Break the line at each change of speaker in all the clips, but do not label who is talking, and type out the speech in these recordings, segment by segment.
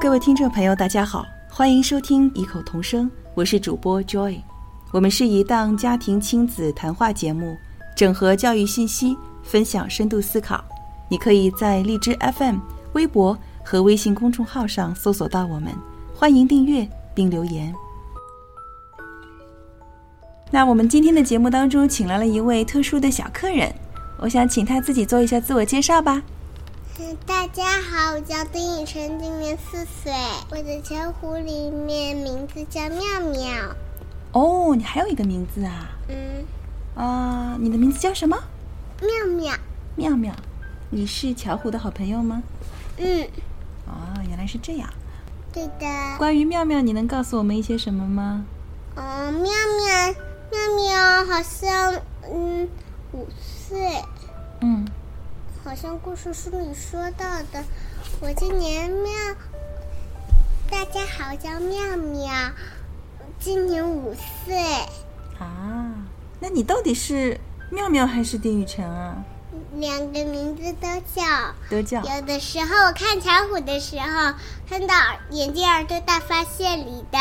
各位听众朋友，大家好，欢迎收听《异口同声》，我是主播 Joy。我们是一档家庭亲子谈话节目，整合教育信息，分享深度思考。你可以在荔枝 FM、微博和微信公众号上搜索到我们，欢迎订阅并留言。那我们今天的节目当中，请来了一位特殊的小客人，我想请他自己做一下自我介绍吧。
嗯大家好，我叫丁雨辰，今年四岁。我的江湖里面名字叫妙妙。
哦，你还有一个名字啊？
嗯，
啊，你的名字叫什么？
妙妙。
妙妙，你是巧虎的好朋友吗？
嗯，
哦，原来是这样。
对的。
关于妙妙，你能告诉我们一些什么吗？
嗯，妙妙，妙妙好像嗯五岁，
嗯，
好像故事书里说到的。我今年妙，大家好，我叫妙妙，今年五岁。
啊，那你到底是妙妙还是丁雨辰啊？
两个名字都叫。
都叫
有的时候我看巧虎的时候，看到耳眼睛耳朵大发现里的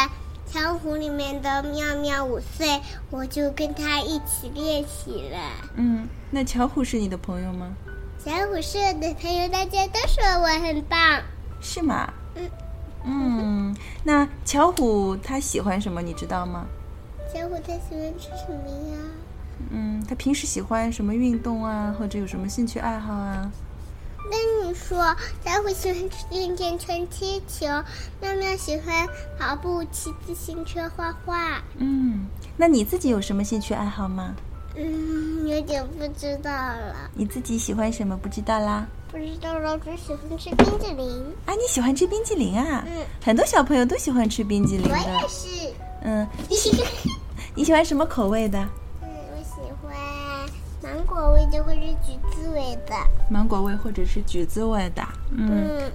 巧虎里面的妙妙五岁，我就跟他一起练习了。
嗯，那巧虎是你的朋友吗？
巧虎是我的朋友，大家都说我很棒。
是吗？
嗯
嗯，那巧虎他喜欢什么，你知道吗？
巧虎他喜欢吃什么呀？
嗯，他平时喜欢什么运动啊，或者有什么兴趣爱好啊？
那你说，巧虎喜欢运动、穿气球，妙妙喜欢跑步、骑自行车、画画。
嗯，那你自己有什么兴趣爱好吗？
嗯，有点不知道了，
你自己喜欢什么不知道啦？
不知道了，只喜欢吃冰淇淋。
啊，你喜欢吃冰激凌啊？
嗯，
很多小朋友都喜欢吃冰激凌
我也
的。
是。
嗯，
嗯，
你喜欢什么口味的？
我喜欢芒果味的或者橘子味的。
芒果味或者是橘子味的。嗯，
嗯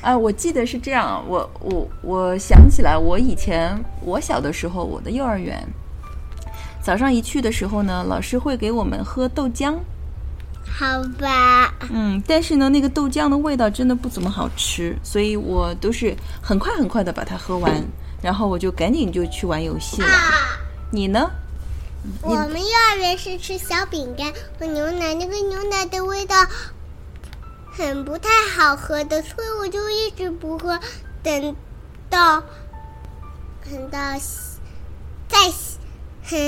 啊，我记得是这样，啊我我我想起来，我以前我小的时候，我的幼儿园早上一去的时候呢，老师会给我们喝豆浆。
好吧。
嗯，但是呢，那个豆浆的味道真的不怎么好吃，所以我都是很快很快的把它喝完，然后我就赶紧就去玩游戏了。
啊，
你呢？
我们幼儿园是吃小饼干和牛奶，那个牛奶的味道很不太好喝的，所以我就一直不喝，等到等到在很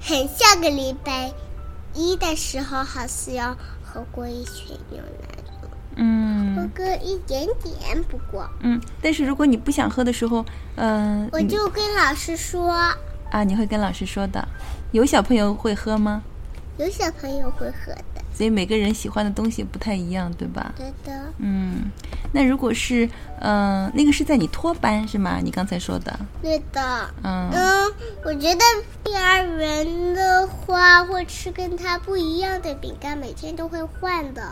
很下个礼拜一的时候，好像喝过一圈牛奶。喝
嗯
个一点点，不过
嗯，但是如果你不想喝的时候，嗯、
我
你
就跟老师说，
啊，你会跟老师说的。有小朋友会喝吗？
有小朋友会喝的，
所以每个人喜欢的东西不太一样，对吧？
对的，
嗯，那如果是，嗯、那个是在你托班是吗？你刚才说的，
对的。
嗯
嗯，我觉得幼儿园的话会吃跟它不一样的饼干，每天都会换的，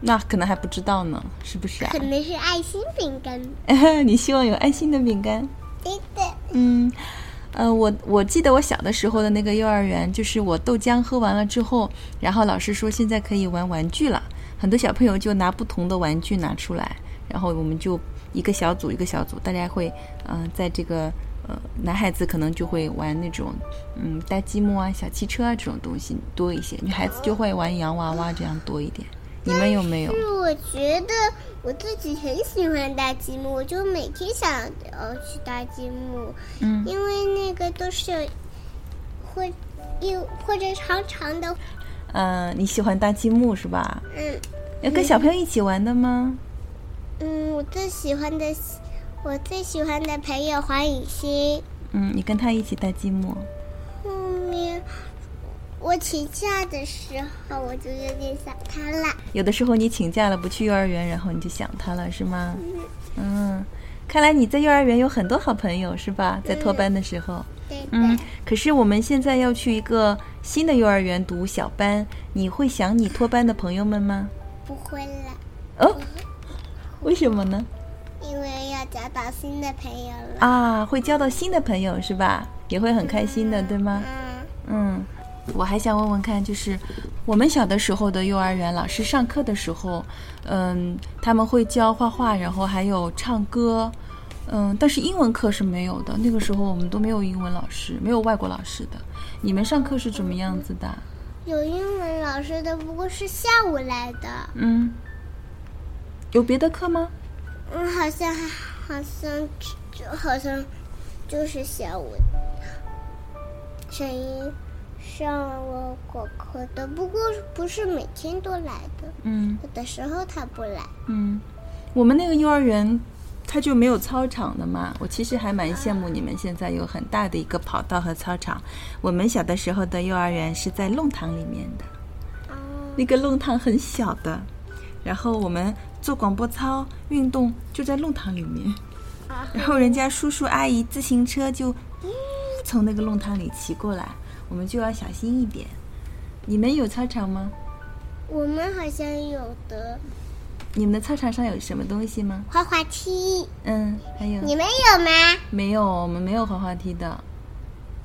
那可能还不知道呢，是不是啊
可？能是爱心饼干。
你希望有爱心的饼干？
对的，
嗯，呃，我我记得我小的时候的那个幼儿园，就是我豆浆喝完了之后，然后老师说现在可以玩玩具了，很多小朋友就拿不同的玩具拿出来，然后我们就一个小组一个小组，大家会嗯、呃在这个。呃，男孩子可能就会玩那种，嗯，搭积木啊、小汽车啊这种东西多一些，女孩子就会玩洋娃娃这样多一点。你们有没有？
是我觉得我自己很喜欢搭积木，我就每天想要去搭积木。
嗯，
因为那个都是有或又或者长长的，
呃，你喜欢搭积木是吧？
嗯
要跟小朋友一起玩的吗？
嗯，我最喜欢的我最喜欢的朋友黄雨欣，
嗯，你跟他一起搭积木。
后面我请假的时候我就有点想他了，
有的时候你请假了不去幼儿园，然后你就想他了，是吗？嗯，看来你在幼儿园有很多好朋友，是吧？在托班的时候，
对的，
嗯，可是我们现在要去一个新的幼儿园读小班，你会想你托班的朋友们吗？
不会了，
哦，为什么呢？
因为要交到新的朋友了，
啊，会交到新的朋友是吧？也会很开心的，对吗？
嗯，
嗯，我还想问问看，就是我们小的时候的幼儿园老师上课的时候，嗯，他们会教画画，然后还有唱歌，嗯，但是英文课是没有的。那个时候我们都没有英文老师，没有外国老师的。你们上课是怎么样子的？
有英文老师的，不过是下午来的。
嗯，有别的课吗？
嗯，好像还好像就好像就是下午上一上了果课的，不过不是每天都来的，
嗯
有的时候他不来。
嗯，我们那个幼儿园。它就没有操场的嘛，我其实还蛮羡慕你们现在有很大的一个跑道和操场。我们小的时候的幼儿园是在弄堂里面的，
哦，
那个弄堂很小的，然后我们做广播操运动就在弄堂里面，
啊
然后人家叔叔阿姨自行车就呜从那个弄堂里骑过来，我们就要小心一点。你们有操场吗？
我们好像有的
你们的操场上有什么东西吗？
滑滑梯，
嗯，还有
你们有吗？
没有？我们没有滑滑梯的，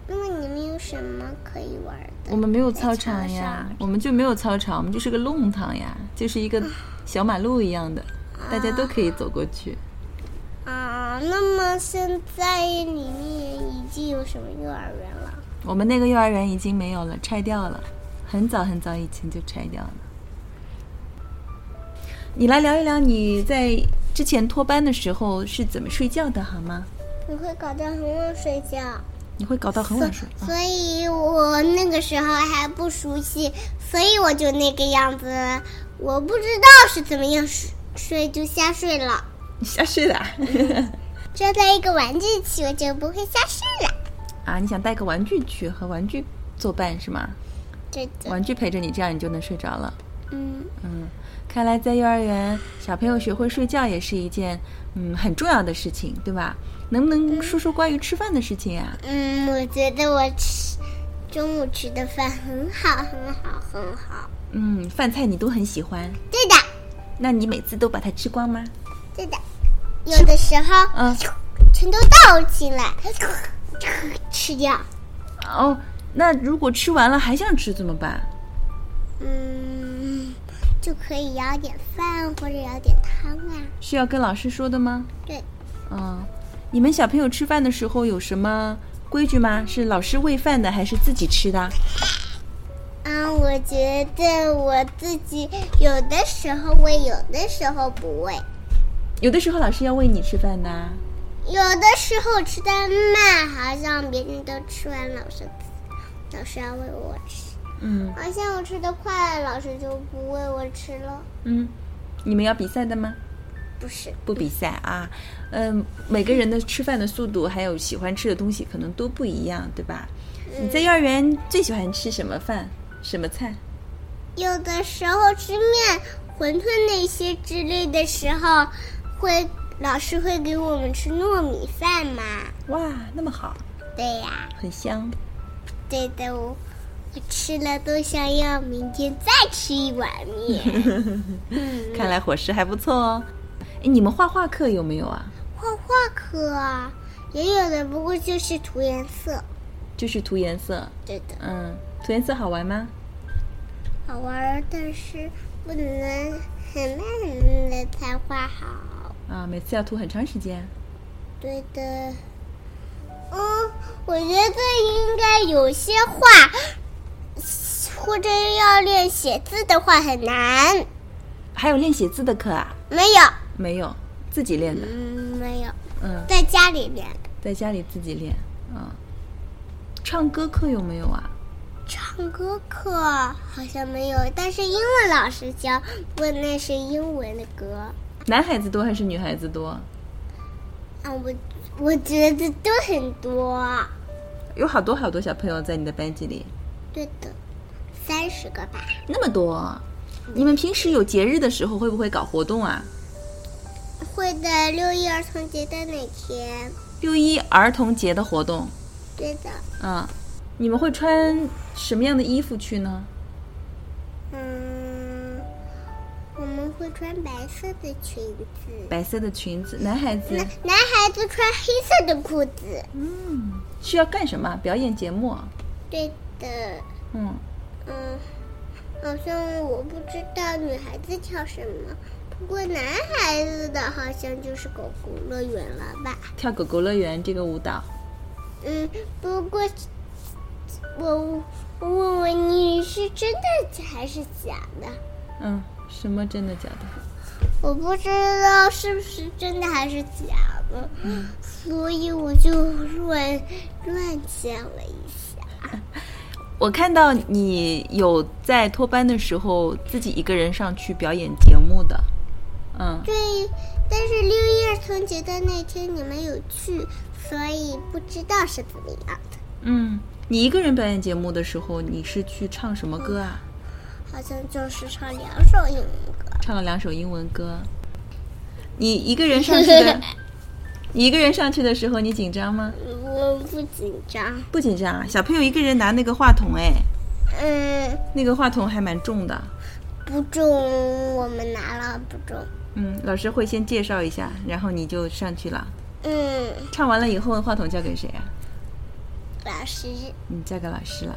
那么你们有什么可以玩的？
我们没有操
在
场
场
呀
上，
我们就没有操场，我们就是个弄堂呀，就是一个小马路一样的，大家都可以走过去。
啊，那么现在里面已经有什么幼儿园了？
我们那个幼儿园已经没有了，拆掉了，很早很早以前就拆掉了。你来聊一聊你在之前托班的时候是怎么睡觉的，好吗？
你会搞到很晚睡觉，
你会搞到很 晚睡啊？
所以我那个时候还不熟悉，所以我就那个样子，我不知道是怎么样睡睡就瞎睡了。
你瞎睡的啊？
站在一个玩具区，我就不会瞎睡了。
啊，你想带个玩具去和玩具作伴是吗？
对的，
玩具陪着你，这样你就能睡着了。
嗯，
嗯，看来在幼儿园，小朋友学会睡觉也是一件嗯很重要的事情，对吧？能不能说说关于吃饭的事情啊呀、
嗯，我觉得我吃中午吃的饭很好，很好，很好。
嗯，饭菜你都很喜欢，
对的，
那你每次都把它吃光吗？
对的，有的时候
嗯，
全都倒进来，吃掉。
哦，那如果吃完了还想吃怎么办？
嗯，就可以舀点饭或者舀点汤啊。
是要跟老师说的吗？
对，
嗯，你们小朋友吃饭的时候有什么规矩吗？是老师喂饭的还是自己吃的？
啊，我觉得我自己有的时候喂，有的时候不喂，
有的时候老师要喂你吃饭的啊，
有的时候吃的慢，好像别人都吃完，老师老师要喂我吃。
嗯
好像我吃的快，老师就不喂我吃了。
嗯，你们要比赛的吗？
不是，
不比赛啊，嗯，每个人的吃饭的速度还有喜欢吃的东西可能都不一样，对吧？你在幼儿园最喜欢吃什么饭？什么菜？
有的时候吃面、馄饨那些之类的时候，会老师会给我们吃糯米饭嘛？
哇，那么好，
对呀、
很香。
对的，我我吃了都想要明天再吃一碗面。
看来伙食还不错哦。哎，你们画画课有没有啊？
画画课啊，也有的，不过就是涂颜色。
就是涂颜色，
对的，
嗯，涂颜色好玩吗？
好玩儿，但是不能很慢很慢的才画好。
啊，每次要涂很长时间。
对的，嗯，我觉得应该有些画，或者要练写字的话很难。
还有练写字的课啊？
没有，
没有，自己练的，
嗯，没有，
嗯，
在家里练。
在家里自己练，啊。唱歌课有没有啊？
唱歌课好像没有，但是英文老师教，不过那是英文的歌
男孩子多还是女孩子多？
啊，我我觉得都很多，
有好多好多小朋友在你的班级里，
对的，三十个吧，
那么多。你们平时有节日的时候会不会搞活动啊？
会的。六一儿童节的那天，
六一儿童节的活动，
对的，
啊，你们会穿什么样的衣服去呢？
嗯，我们会穿白色的裙子，
白色的裙子，男孩子
男男孩子穿黑色的裤子，
嗯是要干什么？表演节目啊？
对的，
嗯，
嗯，好像我不知道女孩子跳什么，不过男孩子的好像就是狗狗乐园了吧？
跳狗狗乐园这个舞蹈，
嗯，不过我我问问你是真的还是假的？
嗯，什么真的假的？
我不知道是不是真的还是假的，所以我就乱乱想了一下。
我看到你有在托班的时候自己一个人上去表演节目的，嗯，
对，但是六一儿童节的那天你没有去，所以不知道是怎么样的，
嗯，你一个人表演节目的时候，你是去唱什么歌啊？
好像就是唱两首英文歌。
唱了两首英文歌。你一个人上去 的，你一个人上去的时候，你紧张吗？
我不紧张，
不紧张啊，小朋友一个人拿那个话筒，哎，
嗯，
那个话筒还蛮重的。
不中，我们拿了不中，
嗯，老师会先介绍一下，然后你就上去了。
嗯，
唱完了以后，话筒交给谁啊？
老师，
你交给老师了。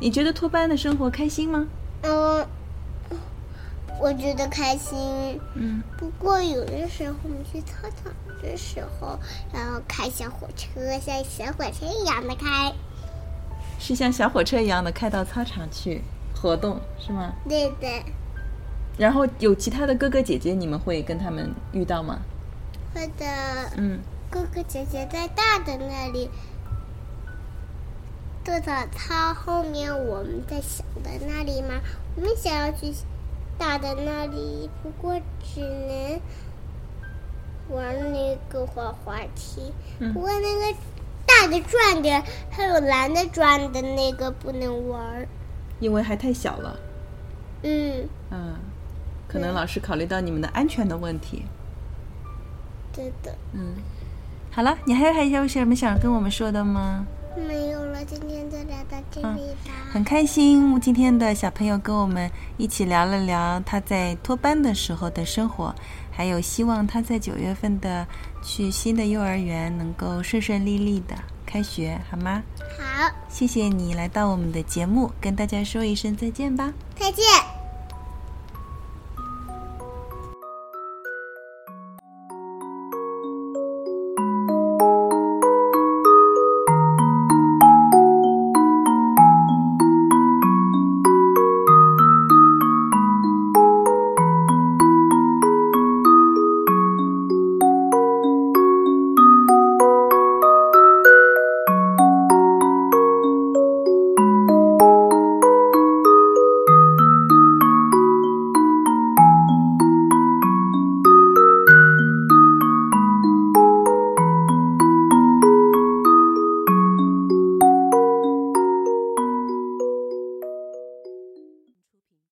你觉得托班的生活开心吗？
嗯，我觉得开心。
嗯，
不过有的时候我们去操场的时候，然后开小火车，像小火车一样的开。
是像小火车一样的开到操场去活动是吗？
对的，
然后有其他的哥哥姐姐，你们会跟他们遇到吗？
或者
嗯，
哥哥姐姐在大的那里做早操，后面我们在小的那里嘛，我们想要去大的那里，不过只能玩那个滑滑梯。
嗯
不过那个大的转的还有蓝的转的那个不能玩儿。
因为还太小了。
嗯，
嗯，可能老师考虑到你们的安全的问题。
对的，
嗯，好了，你还有还有什么想跟我们说的吗？
没有了，今天就聊到这里吧。
很开心，今天的小朋友跟我们一起聊了聊他在托班的时候的生活，还有希望他在九月份的去新的幼儿园能够顺顺利利的开学，好吗？
好，
谢谢你来到我们的节目，跟大家说一声再见吧。
再见。